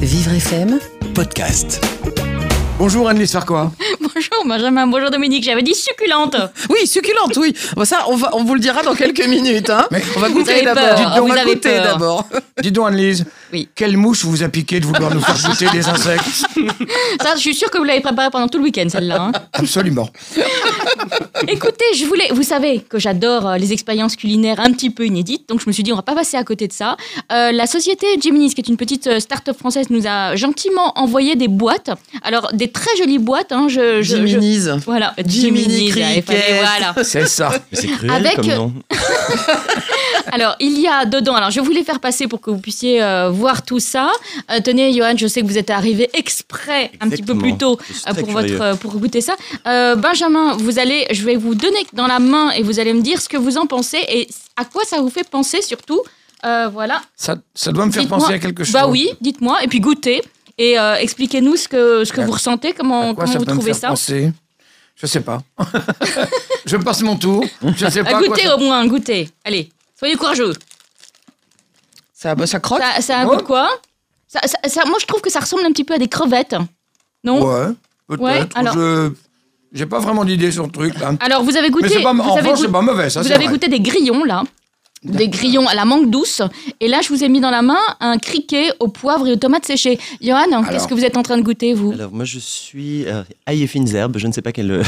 Vivre FM, podcast. Bonjour Anne-Lise Farquhar. Bonjour Benjamin, bonjour Dominique, j'avais dit succulente. Oui, succulente, oui. Bon, ça, on, va, on vous le dira dans quelques minutes. Hein. Euh, Mais- on va Vous goûter avez d'abord. peur, Dites donc, vous on va avez goûter peur. d'abord. Dis donc Anne-Lise, Oui. quelle mouche vous a piqué de vouloir nous faire goûter des insectes Ça, je suis sûre que vous l'avez préparée pendant tout le week-end, celle-là. hein. Absolument. Écoutez, je voulais. Vous savez que j'adore euh, les expériences culinaires un petit peu inédites, donc je me suis dit, on va pas passer à côté de ça. Euh, la société Geminis, qui est une petite euh, start-up française, nous a gentiment envoyé des boîtes. Alors, des très jolies boîtes. Hein, je, je- je- Jiminise. Voilà, Jiminy Geminis, Cricket. FAD, voilà. C'est ça. Mais c'est cruel Avec- euh, comme nom. Alors, il y a dedans, alors je vous les faire passer pour que vous puissiez euh, voir tout ça. Euh, tenez, Johan, je sais que vous êtes arrivé exprès un petit peu Exactement. plus tôt Je suis euh, très pour, curieux. votre, euh, pour goûter ça. Euh, Benjamin, vous allez, je vais vous donner dans la main et vous allez me dire ce que vous en pensez et à quoi ça vous fait penser surtout. Euh, voilà. ça. ça doit me faire Dites-moi. penser à quelque chose. Bah oui, dites-moi, et puis goûtez. Et euh, expliquez-nous ce que, ce que À- vous ressentez, À comment, quoi comment ça vous peut me trouvez faire ça. penser Je sais pas. je passe mon tour. Je sais Euh, pas. à quoi goûtez ça- au moins, goûtez. Allez, soyez courageux. Ça, bah, ça croque. Ça, ça a un Non goût de quoi ça, ça- ça- Moi, je trouve que ça ressemble un petit peu à des crevettes. Non Ouais, peut-être. Ouais, alors- Je j'ai pas vraiment d'idée sur le truc là. Alors, vous avez goûté. Mais c'est pas vous en avez France, goûté- c'est pas mauvais ça. vous c'est avez vrai. goûté des grillons, là. Des grillons à la mangue douce. Et là, je vous ai mis dans la main un criquet au poivre et aux tomates séchées. Johan, qu'est-ce que vous êtes en train de goûter, vous Alors moi je suis euh, ail et fines herbes, je ne sais pas quel, euh,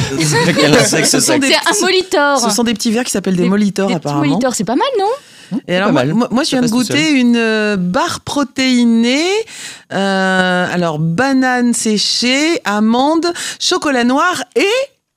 quel insecte Ce c'est. sont des- C'est un molitor. Ce sont des petits verres qui s'appellent des, Des- molitors, Des petits apparemment. molitors, c'est pas mal, non Ah Et alors, pas moi, mal. moi- moi, je Ça viens de passe tout goûter une euh, barre protéinée. euh, alors, banane séchée, amande, chocolat noir et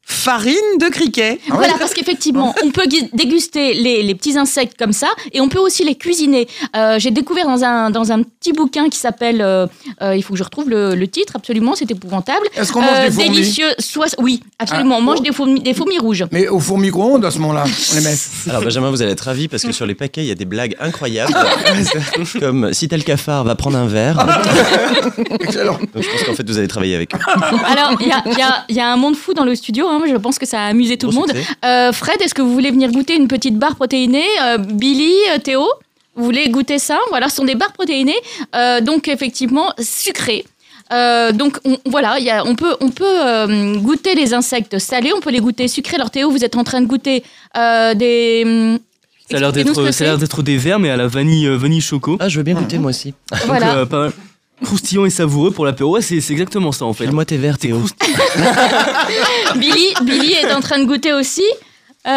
farine de criquet. Ah ouais Voilà, parce qu'effectivement, on peut gui- déguster les, les petits insectes comme ça et on peut aussi les cuisiner. Euh, J'ai découvert dans un, dans un petit bouquin qui s'appelle, euh, euh, il faut que je retrouve le, le titre, absolument, c'est épouvantable. Est-ce qu'on mange Euh, des fourmis Ah. délicieux, sois- oui, absolument, on mange des fourmis, des fourmis rouges. Mais au four micro-ondes à ce moment-là, on les met. Alors Benjamin vous allez être ravi parce que sur les paquets il y a des blagues incroyables comme si tel cafard va prendre un verre. Excellent. Donc je pense qu'en fait vous allez travailler avec eux. Alors, il y a, il y a- il y a un monde fou dans le studio, hein, je pense que ça a amusé tout Bon le monde. succès. Euh, Fred, est-ce que vous voulez venir goûter une petite barre protéinée Euh, Billy, euh, Théo, vous voulez goûter ça Voilà, ce sont des barres protéinées, euh, donc effectivement sucrées. Euh, donc on, voilà, il y a- on peut, on peut euh, goûter les insectes salés, on peut les goûter sucrés. Alors Théo, vous tes en train de goûter euh, des... hum, Ça a l'air expliquez-nous ce que d'être, ça a l'air c'est. d'être des verres, mais à la vanille, euh, vanille choco. Ah je veux bien goûter moi aussi. Voilà. Donc, euh, pas mal. Croustillant et savoureux pour l'apéro. Ouais, c'est, c'est exactement ça en fait. File-moi tes verres Théo. Billy, Billy est en train de goûter aussi. Euh,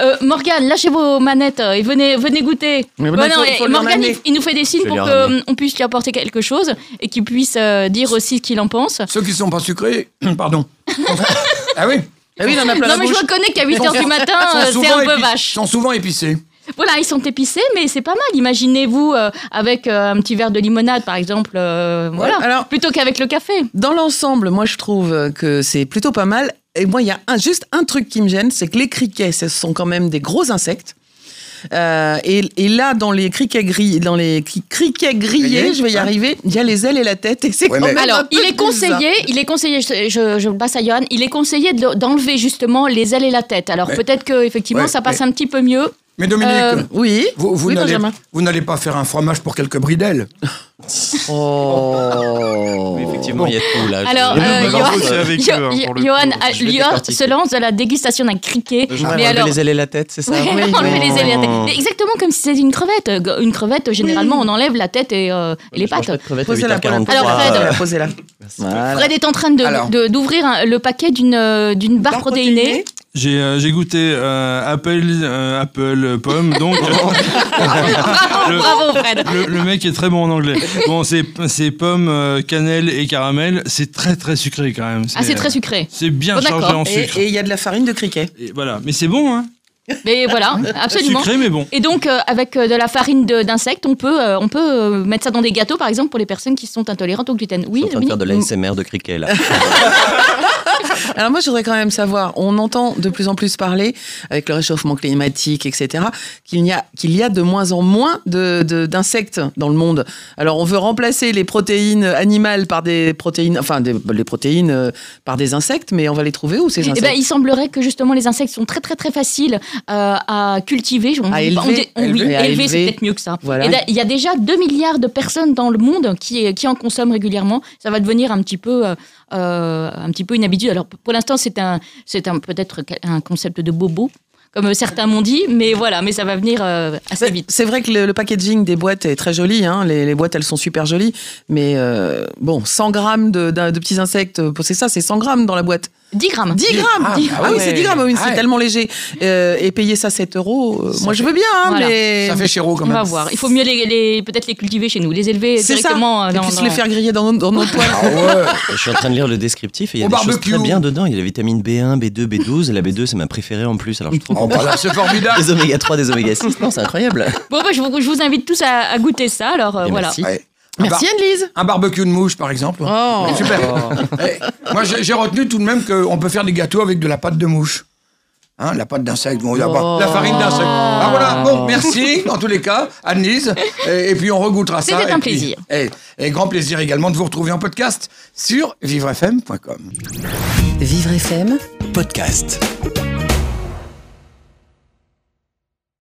euh, Morgane, lâchez vos manettes euh, et venez, venez goûter. Mais Bon, maintenant, non, il faut- et faut lui Morgane, ramener. il, il nous fait des signes Je vais pour lui ramener. qu'on puisse lui apporter quelque chose et qu'il puisse euh, dire aussi ce qu'il en pense. Ceux qui sont pas sucrés, pardon. ah oui. Ah oui, il en a plein Non, la mais je bouche. reconnais qu'à 8h du matin, Sont euh, c'est souvent un peu épi- vache. Sont souvent épicés. Voilà, ils sont épicés, mais c'est pas mal. Imaginez-vous euh, avec euh, un petit verre de limonade, par exemple. euh, voilà. Alors- Plutôt qu'avec le café. Dans l'ensemble, moi, je trouve que c'est plutôt pas mal. Et moi, il y a un, juste un truc qui me gêne, c'est que les criquets, ce sont quand même des gros insectes. Euh, et, et là, dans les criquets gris, dans les cri- criquets grillés, Grillés, je vais y hein. arriver. Il y a les ailes et la tête, et c'est Ouais, quand mais- même. Alors, un peu il est bizarre. conseillé, il est conseillé, je, je, je le passe à Johan, il est conseillé de- d'enlever justement les ailes et la tête. Alors Mais- peut-être que effectivement Ouais, ça passe mais- un petit peu mieux. Mais Dominique, Euh, Oui. vous, vous oui, n'allez- Benjamin. vous n'allez pas faire un fromage pour quelques bridelles. Oh. Oui, effectivement il y a tout là. Alors, Je- euh, Je- Johan- Je- avec Jo- eux, hein, pour le Johan coup. a- Je vais Johan décortiquer. se lance à la dégustation d'un criquet. Je mais voudrais alors, enlever les ailes et la tête, c'est ça Ouais, oui, oui. enlever les ailes et la tête. Mais exactement comme si c'était une crevette. G- Une crevette, généralement, on enlève la tête et, euh, et les Je pattes. mange pas de crevettes à Posez-la, Paul. 8h43. Alors, Fred. Posez-la, Posez-la. euh, Voilà. Fred est en train de- Alors. de- d'ouvrir un- le paquet d'une euh, d'une barre protéinée. J'ai euh, j'ai goûté euh, apple, euh, apple, euh, pomme, donc Bravo, Le- bravo, Fred. le, le mec est très bon en anglais. Bon, c'est c'est pomme, euh, cannelle et caramel. C'est très très sucré quand même. Ah, c'est très sucré. C'est bien Bon, chargé d'accord. en Et sucre. et il y a de la farine de criquet. Et voilà, mais c'est bon, hein Mais voilà, absolument. Sucré, mais bon. Et donc, euh, avec euh, de la farine de- d'insectes, on peut, euh, on peut euh, mettre ça dans des gâteaux, par exemple, pour les personnes qui sont intolérantes au gluten. Je Oui, suis en train de faire de Dominique l'ASMR de criquet là. Alors moi, je voudrais quand même savoir, on entend de plus en plus parler, avec le réchauffement climatique, etc., qu'il y a, qu'il y a de moins en moins de, de- d'insectes dans le monde. Alors on veut remplacer les protéines animales par des protéines, enfin des, les protéines euh, par des insectes, mais on va les trouver où ces Eh insectes ben, il semblerait que justement les insectes sont très très très faciles euh, à cultiver. On À dit pas- on élever. dit- on- oui, Élever. À élever, c'est élever. peut-être mieux que ça. Voilà. Et là, il y a déjà 2 milliards de personnes dans le monde qui, qui en consomment régulièrement. Ça va devenir un petit peu, euh, euh, un petit peu une habitude. Alors pour l'instant, c'est un, c'est un, peut-être un concept de bobo, comme certains m'ont dit, mais voilà, mais ça va venir euh, assez C'est- vite. C'est vrai que le, le packaging des boîtes est très joli. hein. Les, les boîtes, elles sont super jolies. Mais euh, bon, 100 grammes de, d'un- de petits insectes, c'est ça, c'est 100 grammes dans la boîte. 10 grammes. 10 grammes Ah, 10 bah Ah oui, ouais. c'est 10 grammes, oui, Ah c'est ouais. tellement léger. Euh, et payer ça 7 euros, euh, Ça moi je veux bien, hein, Voilà. mais. Ça fait chéro quand Eh On va même. voir. Il faut mieux les, les- peut-être les cultiver chez nous, les élever C'est ça. directement. euh, Et dans- puis se dans- les faire griller dans, nos- dans nos poils. Ah ouais. Je suis en train de lire le descriptif et il y a Au des barbecue. choses très bien dedans. Il y a la vitamine B1, B2, B12. Et la B2, c'est ma préférée en plus. Alors je trouve Oh, bah là, c'est formidable. des oméga 3, des oméga 6. Non, c'est incroyable. Bon, bah, je, vous, je vous invite tous à, à goûter ça. Alors euh, Et voilà. merci. Ouais. Un, bar- Merci Anne-Lise. un barbecue de mouche, par exemple. Oh. Super. Eh, moi, j'ai j'ai retenu tout de même qu'on peut faire des gâteaux avec de la pâte de mouche. Hein, la pâte d'insecte, bon, là-bas, Oh. la farine d'insecte. Ah voilà, bon, merci, dans tous les cas, Annelise. Et, et puis on regoutera ça. C'était et un puis- plaisir. Et, et grand plaisir également de vous retrouver en podcast sur vivrefm.com. Vivre FM podcast.